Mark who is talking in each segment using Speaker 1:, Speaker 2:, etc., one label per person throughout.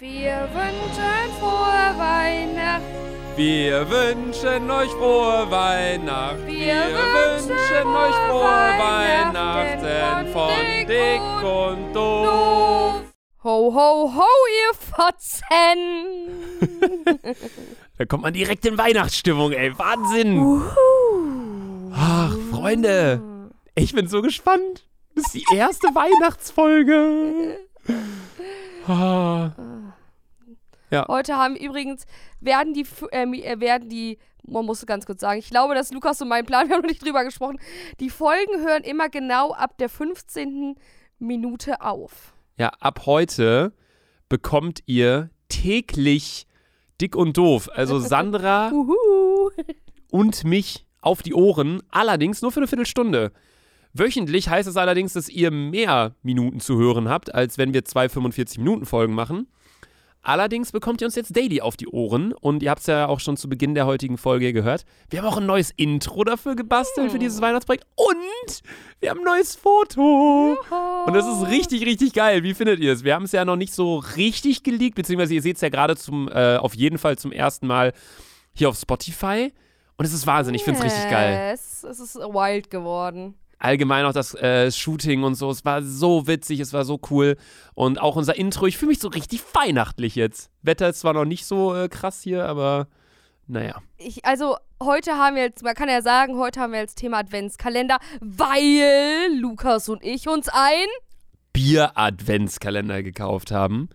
Speaker 1: Wir wünschen frohe Weihnachten.
Speaker 2: Wir wünschen euch frohe Weihnachten.
Speaker 1: Wir wünschen
Speaker 2: euch frohe
Speaker 1: Weihnachten
Speaker 2: Weihnachten
Speaker 1: von
Speaker 2: von
Speaker 1: Dick
Speaker 2: Dick
Speaker 1: und
Speaker 2: und Doof.
Speaker 1: Ho, ho, ho, ihr Fotzen!
Speaker 2: Da kommt man direkt in Weihnachtsstimmung, ey. Wahnsinn. Ach, Freunde. Ich bin so gespannt. Das ist die erste Weihnachtsfolge. Ah.
Speaker 1: Heute haben übrigens, werden die, F- ähm, äh, werden die, man muss ganz kurz sagen, ich glaube, dass Lukas und mein Plan, wir haben noch nicht drüber gesprochen, die Folgen hören immer genau ab der 15. Minute auf.
Speaker 2: Ja, ab heute bekommt ihr täglich Dick und Doof. Also Sandra
Speaker 1: Uhu.
Speaker 2: und mich auf die Ohren, allerdings nur für eine Viertelstunde. Wöchentlich heißt es allerdings, dass ihr mehr Minuten zu hören habt, als wenn wir zwei 45-Minuten-Folgen machen. Allerdings bekommt ihr uns jetzt daily auf die Ohren und ihr habt es ja auch schon zu Beginn der heutigen Folge gehört. Wir haben auch ein neues Intro dafür gebastelt für dieses Weihnachtsprojekt und wir haben ein neues Foto. Und das ist richtig, richtig geil. Wie findet ihr es? Wir haben es ja noch nicht so richtig geleakt, beziehungsweise ihr seht es ja gerade zum, äh, auf jeden Fall zum ersten Mal hier auf Spotify. Und es ist Wahnsinn. Ich finde es richtig geil.
Speaker 1: Yes, Es ist wild geworden.
Speaker 2: Allgemein auch das äh, Shooting und so. Es war so witzig, es war so cool. Und auch unser Intro. Ich fühle mich so richtig weihnachtlich jetzt. Wetter ist zwar noch nicht so äh, krass hier, aber naja.
Speaker 1: ich, also heute haben wir jetzt, man kann ja sagen, heute haben wir jetzt Thema Adventskalender, weil Lukas und ich uns ein
Speaker 2: Bier-Adventskalender gekauft haben.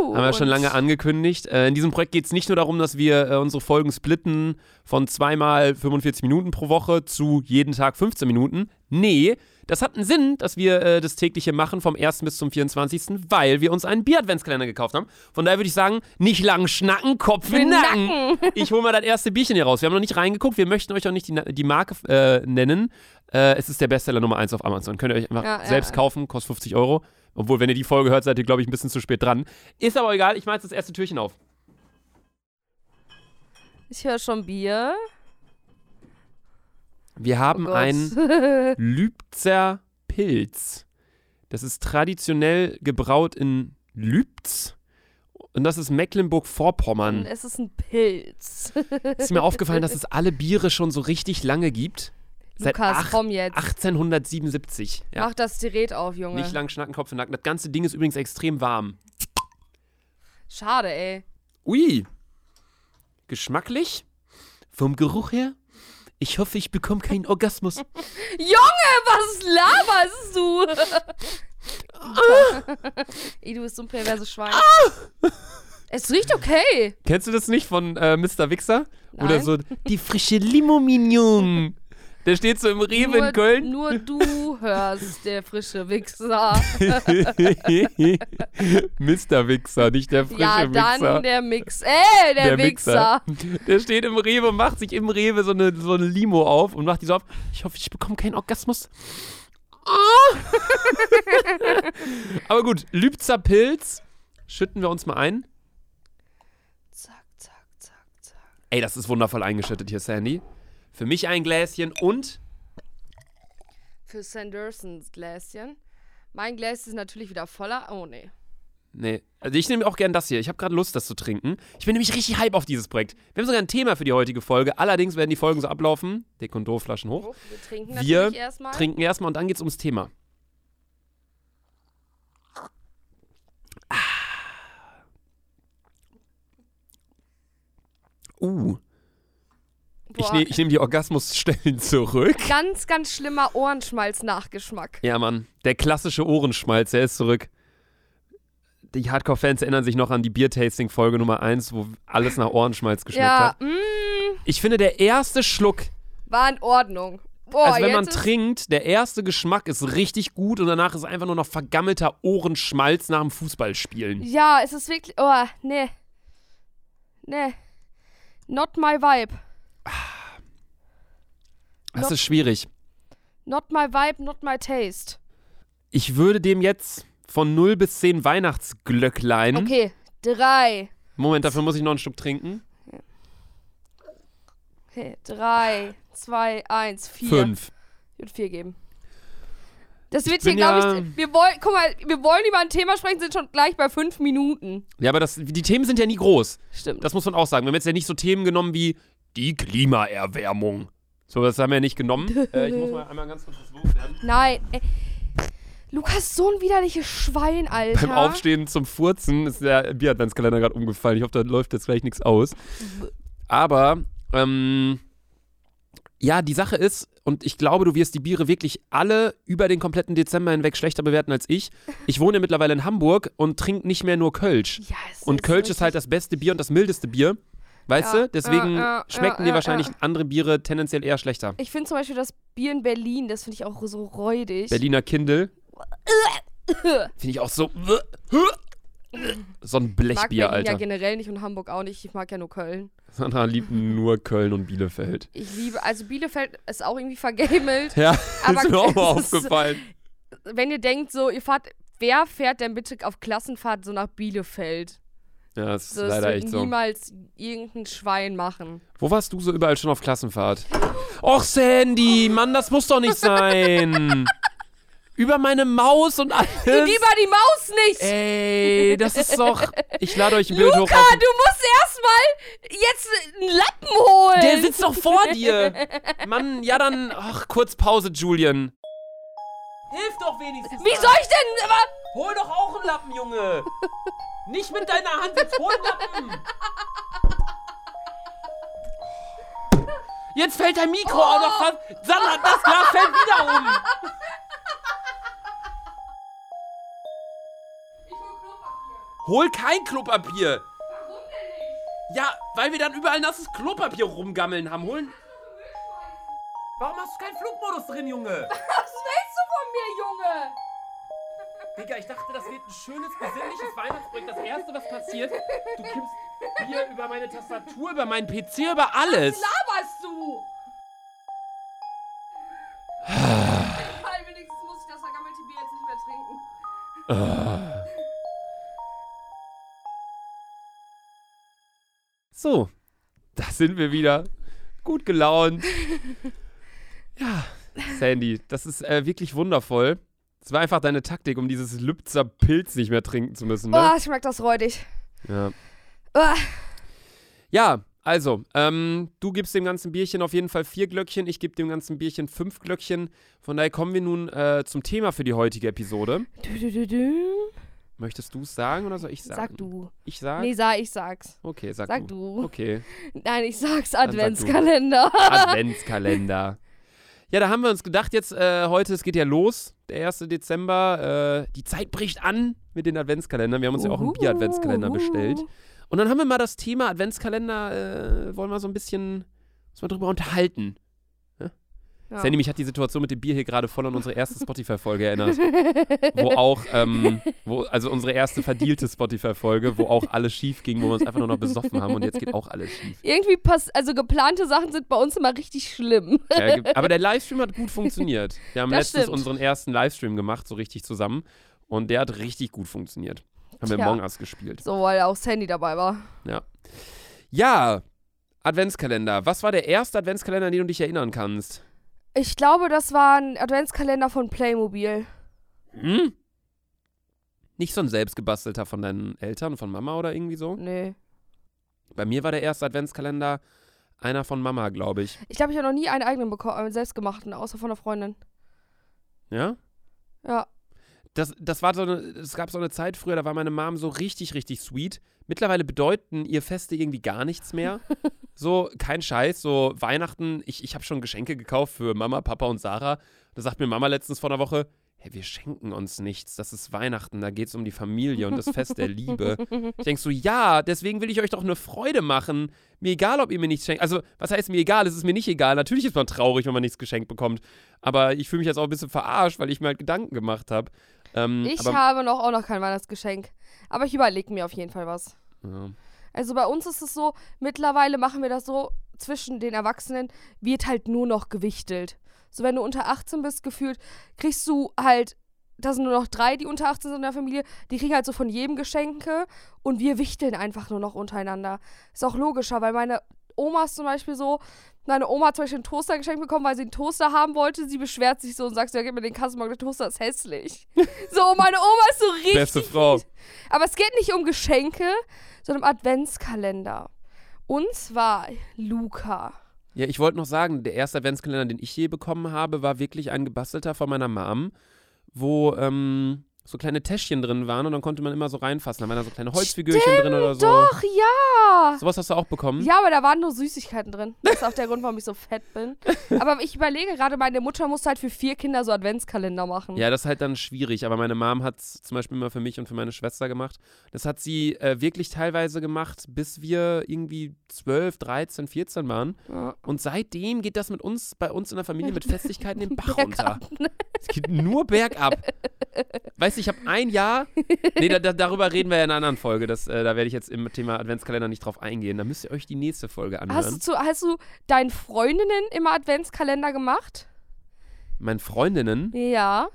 Speaker 2: Haben wir schon lange angekündigt. Äh, in diesem Projekt geht es nicht nur darum, dass wir äh, unsere Folgen splitten von zweimal 45 Minuten pro Woche zu jeden Tag 15 Minuten. Nee, das hat einen Sinn, dass wir äh, das tägliche machen vom 1. bis zum 24., weil wir uns einen Bier-Adventskalender gekauft haben. Von daher würde ich sagen, nicht lang schnacken, Kopf in den Nacken. Ich hole mal das erste Bierchen hier raus. Wir haben noch nicht reingeguckt, wir möchten euch auch nicht die, Na- die Marke äh, nennen. Äh, es ist der Bestseller Nummer 1 auf Amazon. Könnt ihr euch einfach
Speaker 1: Ja, ja,
Speaker 2: selbst
Speaker 1: ja.
Speaker 2: kaufen, kostet 50 Euro. Obwohl, wenn ihr die Folge hört, seid ihr, glaube ich, ein bisschen zu spät dran. Ist aber egal, ich mache jetzt das erste Türchen auf.
Speaker 1: Ich höre schon Bier. Oh
Speaker 2: Wir haben
Speaker 1: Gott.
Speaker 2: einen Lübzer Pilz. Das ist traditionell gebraut in Lübz. Und das ist Mecklenburg-Vorpommern.
Speaker 1: es ist ein Pilz.
Speaker 2: ist mir aufgefallen, dass es alle Biere schon so richtig lange gibt. Seit
Speaker 1: Lukas,
Speaker 2: acht-
Speaker 1: komm jetzt.
Speaker 2: 1877. Ja.
Speaker 1: Mach das Gerät auf, Junge.
Speaker 2: Nicht lang schnacken, Kopf in den Nacken. Das ganze Ding ist übrigens extrem warm.
Speaker 1: Schade, ey.
Speaker 2: Ui. Geschmacklich? Vom Geruch her? Ich hoffe, ich bekomme keinen Orgasmus.
Speaker 1: Junge, was laberst du? Ey, du bist so ein perverses Schwein. Es riecht okay.
Speaker 2: Kennst du das nicht von äh, Mr. Wichser? Oder
Speaker 1: Nein.
Speaker 2: so, die frische Limominion. Der steht so im Rewe
Speaker 1: Nur,
Speaker 2: in Köln.
Speaker 1: nur du hörst, der frische Wichser.
Speaker 2: Mr. Wichser, nicht der frische
Speaker 1: Ja,
Speaker 2: Wichser.
Speaker 1: dann der Mix. Ey, der, Wichser.
Speaker 2: Der steht im Rewe und macht sich im Rewe so eine, so eine Limo auf und macht die so auf. Ich hoffe, ich bekomme keinen Orgasmus. Ah! Aber gut, Lübzer Pilz. Schütten wir uns mal ein.
Speaker 1: Zack, zack, zack, zack.
Speaker 2: Ey, das ist wundervoll eingeschüttet hier, Sandy. Für mich ein Gläschen und
Speaker 1: Für Sandersons Gläschen. Mein Glas ist natürlich wieder voller. Oh nee.
Speaker 2: Nee. Also ich nehme auch gern das hier. Ich habe gerade Lust, das zu trinken. Ich bin nämlich richtig hype auf dieses Projekt. Wir haben sogar ein Thema für die heutige Folge. Allerdings werden die Folgen so ablaufen. Dick und doof, Flaschen hoch.
Speaker 1: Oh, wir trinken
Speaker 2: Wir
Speaker 1: natürlich erstmal.
Speaker 2: Trinken erstmal und dann geht's ums Thema. Ah. Uh, ich
Speaker 1: Boah,
Speaker 2: nehme ich nehm die Orgasmusstellen zurück.
Speaker 1: ganz, ganz schlimmer Ohrenschmalz-Nachgeschmack.
Speaker 2: Ja, Mann, der klassische Ohrenschmalz, der ist zurück. Die Hardcore-Fans erinnern sich noch an die Bier-Tasting-Folge Nummer 1, wo alles nach Ohrenschmalz geschmeckt
Speaker 1: Ja,
Speaker 2: hat.
Speaker 1: mm,
Speaker 2: Ich finde, der erste Schluck,
Speaker 1: war in Ordnung. Boah,
Speaker 2: also wenn
Speaker 1: jetzt
Speaker 2: man
Speaker 1: ist,
Speaker 2: trinkt, der erste Geschmack ist richtig gut und danach ist einfach nur noch vergammelter Ohrenschmalz nach dem Fußballspielen.
Speaker 1: Ja, es ist wirklich. Oh, nee. Nee. Not my vibe.
Speaker 2: Das
Speaker 1: Ja.
Speaker 2: ist schwierig.
Speaker 1: Not my vibe, not my taste.
Speaker 2: Ich würde dem jetzt von 0 bis 10 Weihnachtsglöcklein.
Speaker 1: Okay, drei.
Speaker 2: Moment, dafür muss ich noch einen Schluck trinken.
Speaker 1: Okay, drei, zwei, eins, vier.
Speaker 2: Fünf.
Speaker 1: Ich würde vier geben. Das wird hier,
Speaker 2: bin
Speaker 1: glaube
Speaker 2: ja-
Speaker 1: ich, wir wollen, guck mal, wir wollen über ein Thema sprechen, sind schon gleich bei fünf Minuten.
Speaker 2: Ja, aber das, die Themen sind ja nie groß.
Speaker 1: Stimmt.
Speaker 2: Das muss man auch sagen. Wir haben jetzt ja nicht so Themen genommen wie die Klimaerwärmung. So, das haben wir ja nicht genommen. äh, ich muss mal einmal ganz kurz was loswerden.
Speaker 1: Nein. Ey. Lukas, so ein widerliches Schwein, Alter.
Speaker 2: Beim Aufstehen zum Furzen ist der Bier-Adventskalender gerade umgefallen. Ich hoffe, da läuft jetzt gleich nichts aus. Aber, ähm, ja, die Sache ist, und ich glaube, du wirst die Biere wirklich alle über den kompletten Dezember hinweg schlechter bewerten als ich. Ich wohne ja mittlerweile in Hamburg und trinke nicht mehr nur Kölsch.
Speaker 1: Ja, es
Speaker 2: Und Kölsch ist halt das beste Bier und das mildeste Bier. Weißt
Speaker 1: Ja,
Speaker 2: du? Deswegen
Speaker 1: ja, ja,
Speaker 2: schmecken
Speaker 1: ja,
Speaker 2: dir
Speaker 1: ja,
Speaker 2: wahrscheinlich andere Biere tendenziell eher schlechter.
Speaker 1: Ich finde zum Beispiel das Bier in Berlin, das finde ich auch so räudig.
Speaker 2: Berliner Kindel. Finde ich auch so. So ein
Speaker 1: ich mag
Speaker 2: Blechbier,
Speaker 1: Berlin ja
Speaker 2: Alter.
Speaker 1: generell nicht und Hamburg auch nicht. Ich mag ja nur Köln.
Speaker 2: Sandra liebt nur Köln und Bielefeld.
Speaker 1: Ich liebe, also Bielefeld ist auch irgendwie vergamelt.
Speaker 2: Ja,
Speaker 1: Aber
Speaker 2: ist mir auch mal
Speaker 1: es ist-
Speaker 2: aufgefallen.
Speaker 1: Wenn ihr denkt, so, ihr fahrt, wer fährt denn bitte auf Klassenfahrt so nach Bielefeld?
Speaker 2: Ja, das ist
Speaker 1: So, das
Speaker 2: leider
Speaker 1: wird
Speaker 2: echt so.
Speaker 1: niemals irgendein Schwein machen.
Speaker 2: Wo warst du so überall schon auf Klassenfahrt? Och, Sandy, Mann, das muss doch nicht sein. Über meine Maus und
Speaker 1: Du
Speaker 2: alles.
Speaker 1: lieber die Maus nicht!
Speaker 2: Ey, das ist doch. Ich lade euch ein Bild hoch.
Speaker 1: Luca,
Speaker 2: auf-
Speaker 1: du musst erstmal jetzt einen Lappen holen!
Speaker 2: Der sitzt doch vor dir. Mann, ja dann. Ach, kurz Pause, Julian. Hilf doch wenigstens.
Speaker 1: Wie soll ich denn. wa-
Speaker 2: Hol doch auch einen Lappen, Junge. Nicht mit deiner Hand, jetzt hol einen Lappen. Jetzt fällt dein Mikro auch noch fast. Sandra, das Glas fällt wieder um. Hol kein Klopapier. Ja, weil wir dann überall nasses Klopapier rumgammeln haben. Holen. Warum hast du keinen Flugmodus drin,
Speaker 1: Was
Speaker 2: Junge?
Speaker 1: willst du von mir, Junge?
Speaker 2: Digga, ich dachte, das wird ein schönes, besinnliches Weihnachtsprojekt. Das Erste, was passiert, du kippst Bier über meine Tastatur, über meinen PC, über alles.
Speaker 1: laberst du? Weil wenigstens muss ich das vergammelte Bier jetzt nicht mehr trinken.
Speaker 2: So, da sind wir wieder. Gut gelaunt. Ja, Sandy, das ist äh, wirklich wundervoll. Es war einfach deine Taktik, um dieses Lübzer Pilz nicht mehr trinken zu müssen, ne?
Speaker 1: Oh, ich merke das räudig.
Speaker 2: Ja.
Speaker 1: Ah.
Speaker 2: Ja, also, ähm, du gibst dem ganzen Bierchen auf jeden Fall vier Glöckchen, ich gebe dem ganzen Bierchen fünf Glöckchen. Von daher kommen wir nun äh, zum Thema für die heutige Episode.
Speaker 1: Du, du, du, du.
Speaker 2: Möchtest du es sagen oder soll ich sagen?
Speaker 1: Sag du.
Speaker 2: Ich sag?
Speaker 1: Nee, sag, ich sag's.
Speaker 2: okay, sag,
Speaker 1: Sag
Speaker 2: du.
Speaker 1: du.
Speaker 2: Okay.
Speaker 1: Nein, ich sag's.
Speaker 2: sag du.
Speaker 1: Adventskalender.
Speaker 2: Adventskalender. Ja, da haben wir uns gedacht, jetzt äh, heute, es geht ja los, der 1. Dezember, äh, die Zeit bricht an mit den Adventskalendern. Wir haben uns ja auch einen
Speaker 1: Uhu,
Speaker 2: Bier-Adventskalender
Speaker 1: uhu.
Speaker 2: bestellt. Und dann haben wir mal das Thema Adventskalender, äh, wollen wir so ein bisschen uns mal drüber unterhalten.
Speaker 1: Ja.
Speaker 2: Sandy, mich hat die Situation mit dem Bier hier gerade voll an unsere erste Spotify-Folge erinnert. wo auch, ähm, wo, also unsere erste verdielte Spotify-Folge, wo auch alles schief ging, wo wir uns einfach nur noch besoffen haben und jetzt geht auch alles schief.
Speaker 1: Irgendwie passt, also geplante Sachen sind bei uns immer richtig schlimm.
Speaker 2: Ja, ge- aber der Livestream hat gut funktioniert. Wir haben
Speaker 1: Das
Speaker 2: letztens
Speaker 1: stimmt.
Speaker 2: unseren ersten Livestream gemacht, so richtig zusammen. Und der hat richtig gut funktioniert. Haben wir
Speaker 1: Tja.
Speaker 2: Among Us gespielt.
Speaker 1: So, weil auch Sandy dabei war.
Speaker 2: Ja, Adventskalender. Was war der erste Adventskalender, an den du dich erinnern kannst?
Speaker 1: Ich glaube, das war ein Adventskalender von Playmobil.
Speaker 2: Hm? Nicht so ein selbstgebastelter von deinen Eltern, von Mama oder irgendwie so?
Speaker 1: Nee.
Speaker 2: Bei mir war der erste Adventskalender einer von Mama, glaube ich.
Speaker 1: Ich glaube, ich habe noch nie einen eigenen beko- äh, selbstgemachten, außer von einer Freundin.
Speaker 2: Ja?
Speaker 1: Ja.
Speaker 2: Das, das war so eine, es gab so eine Zeit früher, da war meine Mom so richtig, richtig sweet. Mittlerweile bedeuten ihr Feste irgendwie gar nichts mehr. So, kein Scheiß, so Weihnachten, ich, ich habe schon Geschenke gekauft für Mama, Papa und Sarah. Da sagt mir Mama letztens vor einer Woche, hey, wir schenken uns nichts, das ist Weihnachten, da geht's um die Familie und das Fest der Liebe. Ich denk so, ja, deswegen will ich euch doch eine Freude machen. Mir egal, ob ihr mir nichts schenkt. Also, was heißt mir egal? Es ist mir nicht egal. Natürlich ist man traurig, wenn man nichts geschenkt bekommt. Aber ich fühle mich jetzt auch ein bisschen verarscht, weil ich mir halt Gedanken gemacht habe. Ähm,
Speaker 1: Ich
Speaker 2: aber,
Speaker 1: habe noch auch noch kein Weihnachtsgeschenk. Aber ich überlege mir auf jeden Fall was.
Speaker 2: ja.
Speaker 1: Also bei uns ist es so, mittlerweile machen wir das so, zwischen den Erwachsenen wird halt nur noch gewichtelt. So, wenn du unter 18 bist, gefühlt, kriegst du halt, da sind nur noch drei, die unter 18 sind in der Familie, die kriegen halt so von jedem Geschenke und wir wichteln einfach nur noch untereinander. Ist auch logischer, weil meine Omas zum Beispiel so. Meine Oma hat zum Beispiel einen Toaster geschenkt bekommen, weil sie einen Toaster haben wollte. Sie beschwert sich so und sagt, so, ja, gib mir den Kassenbon, der Toaster ist hässlich. so, meine Oma ist so richtig.
Speaker 2: Beste Frau.
Speaker 1: Aber es geht nicht um Geschenke, sondern um Adventskalender. Und zwar Luca.
Speaker 2: Ja, ich wollte noch sagen, der erste Adventskalender, den ich je bekommen habe, war wirklich ein gebastelter von meiner Mom, wo ähm, so kleine Täschchen drin waren und dann konnte man immer so reinfassen. Da waren da so kleine Holzfigürchen drin oder so. Hm?
Speaker 1: Doch, ja.
Speaker 2: Sowas hast du auch bekommen?
Speaker 1: Ja, aber da waren nur Süßigkeiten drin. Das ist auch der Grund, warum ich so fett bin. Aber ich überlege gerade, meine Mutter muss halt für vier Kinder so Adventskalender machen.
Speaker 2: Ja, das ist halt dann schwierig, aber meine Mom hat es zum Beispiel immer für mich und für meine Schwester gemacht. Das hat sie äh, wirklich teilweise gemacht, bis wir irgendwie 12, 13, 14 waren.
Speaker 1: Ja.
Speaker 2: Und seitdem geht das mit uns, bei uns in der Familie mit Festigkeiten den Bach runter.
Speaker 1: Bergab, ne?
Speaker 2: Es geht nur bergab. Weißt du, ich habe ein Jahr. Nee, da, da, darüber reden wir ja in einer anderen Folge. Das, äh, da werde ich jetzt im Thema Adventskalender nicht drauf eingehen. Da müsst ihr euch die nächste Folge anhören.
Speaker 1: Hast du, zu, hast du deinen Freundinnen immer Adventskalender gemacht?
Speaker 2: Meine Freundinnen,
Speaker 1: Ja.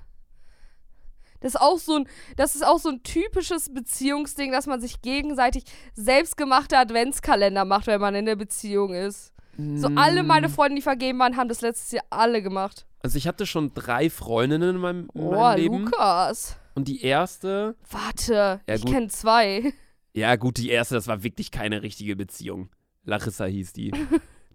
Speaker 1: Das ist auch so ein, das ist auch so ein typisches Beziehungsding, dass man sich gegenseitig selbstgemachte Adventskalender macht, wenn man in der Beziehung ist. So alle
Speaker 2: Mm.
Speaker 1: meine Freunde, die vergeben waren, haben das letztes Jahr alle gemacht.
Speaker 2: also ich hatte schon drei Freundinnen in meinem, in
Speaker 1: Oh,
Speaker 2: meinem Leben.
Speaker 1: Lukas.
Speaker 2: Und die erste,
Speaker 1: Warte,
Speaker 2: Ja,
Speaker 1: ich
Speaker 2: gut.
Speaker 1: kenne zwei.
Speaker 2: ja gut, die erste, das war wirklich keine richtige Beziehung. Larissa hieß die.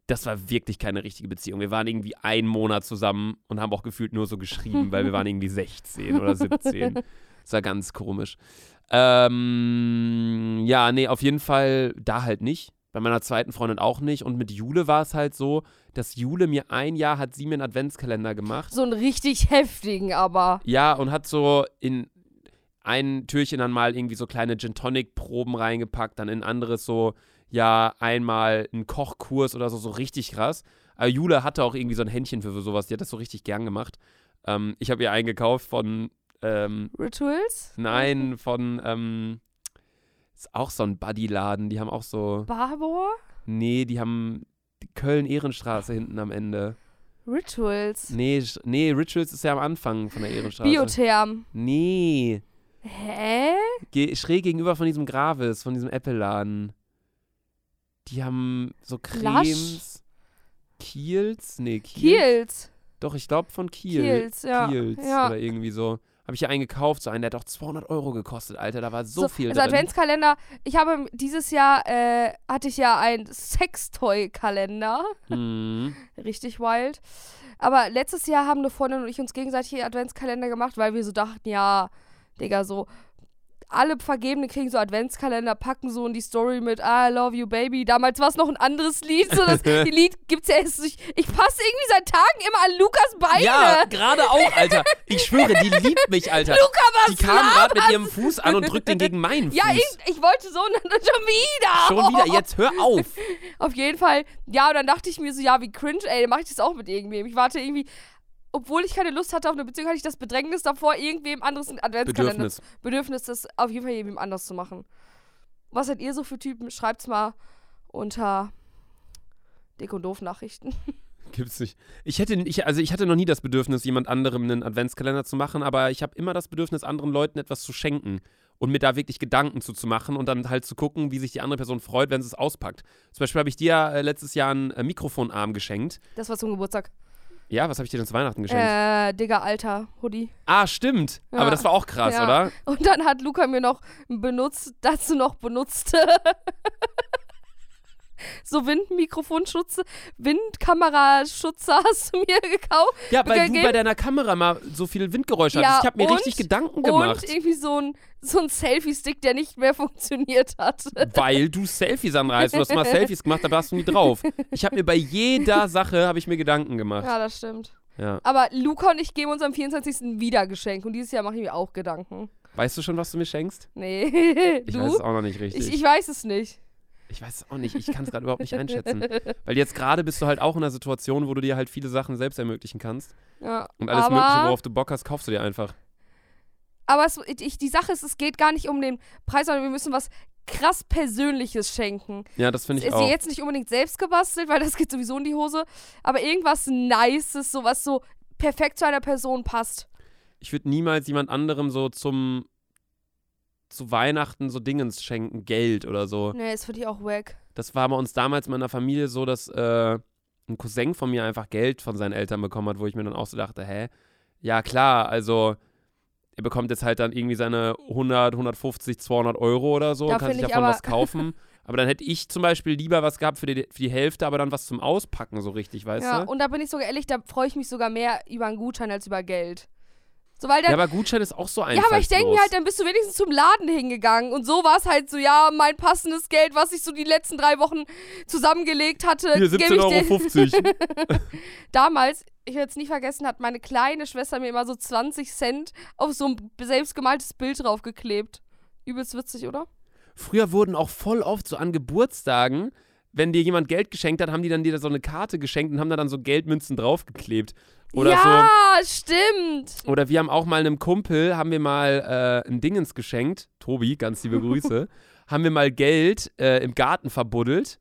Speaker 2: Das war wirklich keine richtige Beziehung. Wir waren irgendwie einen Monat zusammen und haben auch gefühlt nur so geschrieben, weil wir waren irgendwie 16 oder 17. Das war ganz komisch. Ähm, ja, nee, auf jeden Fall da halt nicht. Bei meiner zweiten Freundin auch nicht. Und mit Jule war es halt so, dass Jule mir ein Jahr hat sie mir einen Adventskalender gemacht.
Speaker 1: So einen richtig heftigen, aber.
Speaker 2: Ja, und hat so in ein Türchen dann mal irgendwie so kleine Gin Tonic Proben reingepackt, dann in anderes so, ja, einmal einen Kochkurs oder so, so richtig krass. Aber Jule hatte auch irgendwie so ein Händchen für sowas, die hat das so richtig gern gemacht. Ähm, ich habe ihr eingekauft von, ähm,
Speaker 1: Rituals?
Speaker 2: nein, von, ähm, ist auch so ein Buddy-Laden, die haben auch so,
Speaker 1: Barbour?
Speaker 2: nee, die haben die Köln-Ehrenstraße hinten am Ende.
Speaker 1: Rituals.
Speaker 2: Nee, Sch- nee, Rituals ist ja am Anfang von der Ehrenstraße.
Speaker 1: Biotherm.
Speaker 2: nee.
Speaker 1: Hä?
Speaker 2: ge schräg gegenüber von diesem Gravis, von diesem Apple-Laden. Die haben so Cremes. Kiels? Nee, Kiels.
Speaker 1: Kiels.
Speaker 2: Doch, ich glaube von Kiel.
Speaker 1: Kiels, ja.
Speaker 2: Kiels
Speaker 1: ja.
Speaker 2: oder irgendwie so. Habe ich ja einen gekauft, so einen, der hat doch 200 Euro gekostet, Alter. Da war so, viel
Speaker 1: Also
Speaker 2: drin.
Speaker 1: Adventskalender. Ich habe dieses Jahr, äh, hatte ich ja einen Sextoy-Kalender.
Speaker 2: Hm.
Speaker 1: Richtig wild. Aber letztes Jahr haben eine Freundin und ich uns gegenseitig einen Adventskalender gemacht, weil wir so dachten, ja, Digga, so alle Vergebenen kriegen so Adventskalender, packen so in die Story mit ah, I love you, baby. Damals war es noch ein anderes Lied. So das die Lied gibt's ja erst nicht. Ich passe irgendwie seit Tagen immer an Lukas Beine.
Speaker 2: Ja, gerade auch, Alter. Ich schwöre, die liebt mich, Alter.
Speaker 1: Luca, was
Speaker 2: die kam gerade mit ihrem Fuß an und drückt den gegen meinen
Speaker 1: Ja,
Speaker 2: Fuß.
Speaker 1: ich, ich wollte so und dann schon wieder.
Speaker 2: Schon wieder, jetzt hör auf.
Speaker 1: Auf jeden Fall. Ja, und dann dachte ich mir so, ja, wie cringe, ey, dann mach ich das auch mit irgendwem. Ich warte irgendwie, obwohl ich keine Lust hatte auf eine Beziehung, hatte ich das Bedrängnis davor, irgendwem anderes einen Adventskalender.
Speaker 2: Bedürfnis.
Speaker 1: Bedürfnis, das auf jeden Fall jedem anders zu machen. Was seid ihr so für Typen? Schreibt's mal unter Dick und Doof Nachrichten.
Speaker 2: Gibt's nicht. Ich hätte, ich, also ich hatte noch nie das Bedürfnis, jemand anderem einen Adventskalender zu machen, aber ich habe immer das Bedürfnis, anderen Leuten etwas zu schenken und mir da wirklich Gedanken zu, zu machen und dann halt zu gucken, wie sich die andere Person freut, wenn sie es auspackt. Zum Beispiel habe ich dir äh, letztes Jahr einen äh, Mikrofonarm geschenkt.
Speaker 1: Das war zum Geburtstag.
Speaker 2: Ja, was habe ich dir denn zu Weihnachten geschenkt?
Speaker 1: Äh, Digga, alter Hoodie.
Speaker 2: ah, stimmt.
Speaker 1: ja.
Speaker 2: Aber das war auch krass,
Speaker 1: Ja.
Speaker 2: oder?
Speaker 1: Und dann hat Luca mir noch benutzt, dazu noch benutzte. So Windmikrofonschutze, Windkameraschutze hast du mir gekauft.
Speaker 2: Ja, weil du
Speaker 1: Gegeben.
Speaker 2: bei deiner Kamera mal so viel Windgeräusche
Speaker 1: Ja,
Speaker 2: hattest. Ich habe mir
Speaker 1: und-
Speaker 2: richtig Gedanken gemacht.
Speaker 1: Und irgendwie so ein, so ein Selfie-Stick, der nicht mehr funktioniert hat.
Speaker 2: Weil du Selfies anreißt. Du hast mal Selfies gemacht, da warst du nie drauf. Ich habe mir bei jeder Sache habe ich mir Gedanken gemacht.
Speaker 1: Ja, das stimmt.
Speaker 2: Ja.
Speaker 1: Aber Luca und ich geben uns am 24. wieder Geschenk. Und dieses Jahr mache ich mir auch Gedanken.
Speaker 2: Weißt du schon, was du mir schenkst?
Speaker 1: Nee,
Speaker 2: Ich
Speaker 1: du?
Speaker 2: weiß es auch noch nicht richtig.
Speaker 1: ich, ich weiß es nicht.
Speaker 2: Ich weiß es auch nicht. Ich kann es gerade überhaupt nicht einschätzen. Weil jetzt gerade bist du halt auch in einer Situation, wo du dir halt viele Sachen selbst ermöglichen kannst.
Speaker 1: Ja.
Speaker 2: Und alles
Speaker 1: aber,
Speaker 2: Mögliche, worauf du Bock hast, kaufst du dir einfach.
Speaker 1: Aber es, ich, die Sache ist, es geht gar nicht um den Preis, sondern wir müssen was krass Persönliches schenken.
Speaker 2: Ja, das finde ich
Speaker 1: ist
Speaker 2: auch.
Speaker 1: ja jetzt nicht unbedingt selbst gebastelt, weil das geht sowieso in die Hose. Aber irgendwas Nices, so was so perfekt zu einer Person passt.
Speaker 2: Ich würde niemals jemand anderem so zum zu Weihnachten so Dingens schenken, Geld oder so.
Speaker 1: Nee, das finde ich auch wack.
Speaker 2: Das war bei uns damals in meiner Familie so, dass äh, ein Cousin von mir einfach Geld von seinen Eltern bekommen hat, wo ich mir dann auch so dachte, hä? Ja, klar, also er bekommt jetzt halt dann irgendwie seine 100, 150, 200 Euro oder so,
Speaker 1: Da
Speaker 2: kann sich
Speaker 1: finde ich
Speaker 2: davon
Speaker 1: aber-
Speaker 2: was kaufen. Aber dann hätte ich zum Beispiel lieber was gehabt für die, für die Hälfte, aber dann was zum Auspacken so richtig, weißt
Speaker 1: ja,
Speaker 2: du?
Speaker 1: und da bin ich sogar ehrlich, da freue ich mich sogar mehr über einen Gutschein als über Geld. So, weil
Speaker 2: Ja,
Speaker 1: dann,
Speaker 2: aber Gutschein ist auch so
Speaker 1: ja,
Speaker 2: einfach.
Speaker 1: aber ich denke mir halt, dann bist du wenigstens zum Laden hingegangen und so war es halt so, ja, mein passendes Geld, was ich so die letzten drei Wochen zusammengelegt hatte,
Speaker 2: Hier,
Speaker 1: gebe ich dir.
Speaker 2: 17,50 Euro.
Speaker 1: Damals, ich werde es nie vergessen, hat meine kleine Schwester mir immer so 20 Cent auf so ein selbstgemaltes Bild draufgeklebt. Übelst witzig, oder?
Speaker 2: Früher wurden auch voll oft so an Geburtstagen, wenn dir jemand Geld geschenkt hat, haben die dann dir so eine Karte geschenkt und haben da dann so Geldmünzen draufgeklebt. Oder so.
Speaker 1: ja, stimmt.
Speaker 2: Oder wir haben auch mal einem Kumpel, haben wir mal äh, ein Dingens geschenkt, Tobi, ganz liebe Grüße, haben wir mal Geld äh, im Garten verbuddelt.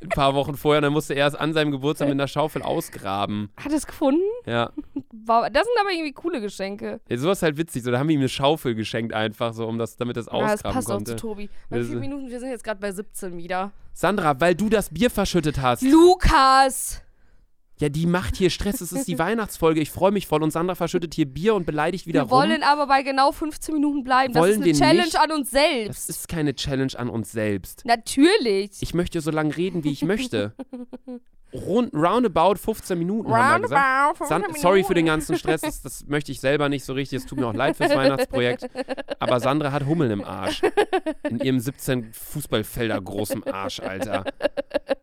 Speaker 2: Ein paar Wochen vorher, und dann musste er es an seinem Geburtstag mit einer Schaufel ausgraben.
Speaker 1: Hat es gefunden?
Speaker 2: Ja.
Speaker 1: Wow, das sind aber irgendwie coole Geschenke.
Speaker 2: ja sowas halt witzig. So, da haben wir ihm eine Schaufel geschenkt, einfach so, um das, damit das
Speaker 1: Ja, Ah, das
Speaker 2: ausgraben
Speaker 1: passt auch zu
Speaker 2: konnte.
Speaker 1: Tobi. Bei
Speaker 2: Das-
Speaker 1: vier Minuten, wir sind jetzt gerade bei 17 wieder.
Speaker 2: Sandra, weil du das Bier verschüttet hast.
Speaker 1: Lukas!
Speaker 2: Ja, die macht hier Stress. Es ist die Weihnachtsfolge. Ich freue mich voll. Und Sandra verschüttet hier Bier und beleidigt wieder
Speaker 1: Wir wollen
Speaker 2: rum.
Speaker 1: aber bei genau 15 Minuten bleiben. Das
Speaker 2: Wollen wir
Speaker 1: ist eine Challenge
Speaker 2: nicht?
Speaker 1: an uns selbst.
Speaker 2: Das ist keine Challenge an uns selbst.
Speaker 1: Natürlich.
Speaker 2: Ich möchte so lange reden, wie ich möchte. Rund, roundabout 15 Minuten haben wir gesagt.
Speaker 1: Roundabout,
Speaker 2: San
Speaker 1: 15
Speaker 2: Sorry für den
Speaker 1: Minuten.
Speaker 2: ganzen Stress. Das, das möchte ich selber nicht so richtig. Es tut mir auch leid fürs Weihnachtsprojekt. Aber Sandra hat Hummeln im Arsch. In ihrem 17 Fußballfelder großen Arsch, Alter.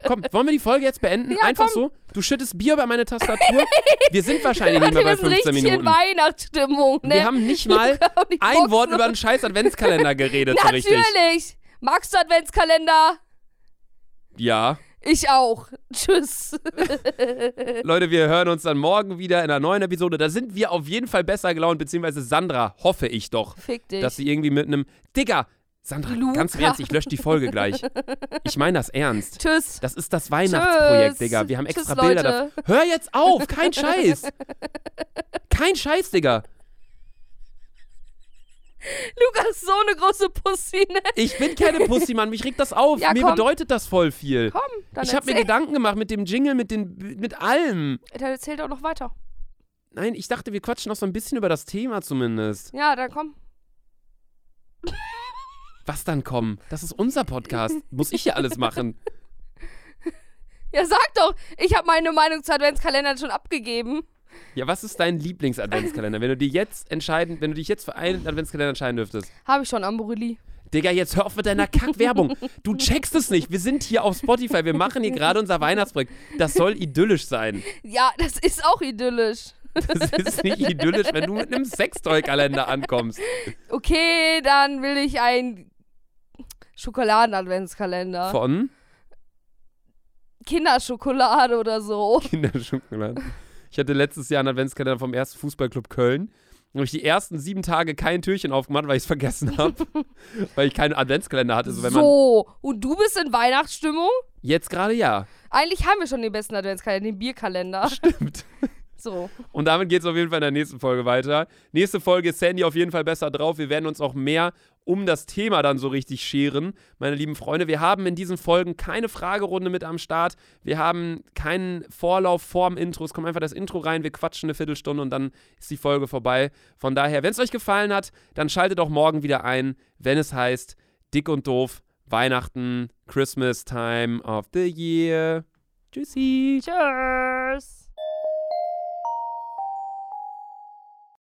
Speaker 2: Komm, wollen wir die Folge jetzt beenden?
Speaker 1: Ja,
Speaker 2: Einfach
Speaker 1: komm.
Speaker 2: so. Du schüttest Bier bei meine Tastatur. Wir sind wahrscheinlich nicht mehr
Speaker 1: Leute,
Speaker 2: bei
Speaker 1: das ist
Speaker 2: 15
Speaker 1: richtig
Speaker 2: Minuten.
Speaker 1: Weihnachtsstimmung, ne?
Speaker 2: Wir haben nicht mal
Speaker 1: Und die
Speaker 2: ein
Speaker 1: Boxen.
Speaker 2: Wort über einen scheiß Adventskalender geredet, so richtig.
Speaker 1: Natürlich! Magst du Adventskalender?
Speaker 2: Ja.
Speaker 1: Ich auch. Tschüss.
Speaker 2: Leute, wir hören uns dann morgen wieder in einer neuen Episode. Da sind wir auf jeden Fall besser gelaunt, beziehungsweise Sandra, hoffe ich doch,
Speaker 1: Fick dich.
Speaker 2: dass sie irgendwie mit einem. Digga! Sandra,
Speaker 1: Luca.
Speaker 2: ganz im ernst, ich lösche die Folge gleich. Ich meine das ernst.
Speaker 1: Tschüss.
Speaker 2: Das ist das Weihnachtsprojekt,
Speaker 1: Tschüss.
Speaker 2: Digga. Wir haben extra
Speaker 1: Tschüss,
Speaker 2: Bilder
Speaker 1: Leute.
Speaker 2: dafür. Hör jetzt auf, kein Scheiß. Kein Scheiß, Digga.
Speaker 1: Lukas, so eine große Pussy, ne?
Speaker 2: Ich bin keine Pussy, Mann. Mich regt das auf.
Speaker 1: Ja,
Speaker 2: Mir
Speaker 1: komm.
Speaker 2: bedeutet das voll viel.
Speaker 1: Komm, dann
Speaker 2: ich habe mir
Speaker 1: erzähl.
Speaker 2: Gedanken gemacht mit dem Jingle, mit, den, mit allem.
Speaker 1: Dann erzähl doch noch weiter.
Speaker 2: Nein, ich dachte, wir quatschen noch so ein bisschen über das Thema zumindest.
Speaker 1: Ja, dann komm.
Speaker 2: Was dann kommen? Das ist unser Podcast. Muss ich hier alles machen?
Speaker 1: Ja, sag doch. Ich habe meine Meinung zu Adventskalendern schon abgegeben.
Speaker 2: Ja, was ist dein Lieblings-Adventskalender? Wenn du dir jetzt entscheiden, wenn du dich jetzt für einen Adventskalender entscheiden dürftest.
Speaker 1: Habe ich schon, Ambrelli.
Speaker 2: Digga, jetzt hör auf mit deiner Kackwerbung. Du checkst es nicht. Wir sind hier auf Spotify. Wir machen hier gerade unser Weihnachtsprojekt. Das soll idyllisch sein.
Speaker 1: Ja, das ist auch idyllisch.
Speaker 2: Das ist nicht idyllisch, wenn du mit einem Sextoy-Kalender ankommst.
Speaker 1: Okay, dann will ich einen Schokoladen-Adventskalender.
Speaker 2: Von
Speaker 1: Kinderschokolade oder so.
Speaker 2: Kinderschokolade. Ich hatte letztes Jahr einen Adventskalender vom ersten Fußballclub Köln. Da habe ich die ersten sieben Tage kein Türchen aufgemacht, weil ich es vergessen habe. weil ich keinen Adventskalender hatte. So, Also wenn man
Speaker 1: so, und du bist in Weihnachtsstimmung?
Speaker 2: jetzt gerade ja.
Speaker 1: Eigentlich haben wir schon den besten Adventskalender, den Bierkalender.
Speaker 2: Stimmt.
Speaker 1: So.
Speaker 2: Und damit geht es auf jeden Fall in der nächsten Folge weiter. Nächste Folge ist Sandy auf jeden Fall besser drauf. Wir werden uns auch mehr um das Thema dann so richtig scheren. Meine lieben Freunde, wir haben in diesen Folgen keine Fragerunde mit am Start. Wir haben keinen Vorlauf vorm Intro. Es kommt einfach das Intro rein, wir quatschen eine Viertelstunde und dann ist die Folge vorbei. Von daher, wenn es euch gefallen hat, dann schaltet auch morgen wieder ein, wenn es heißt Dick und Doof, Weihnachten, Christmas Time of the Year. Tschüssi.
Speaker 1: Tschüss.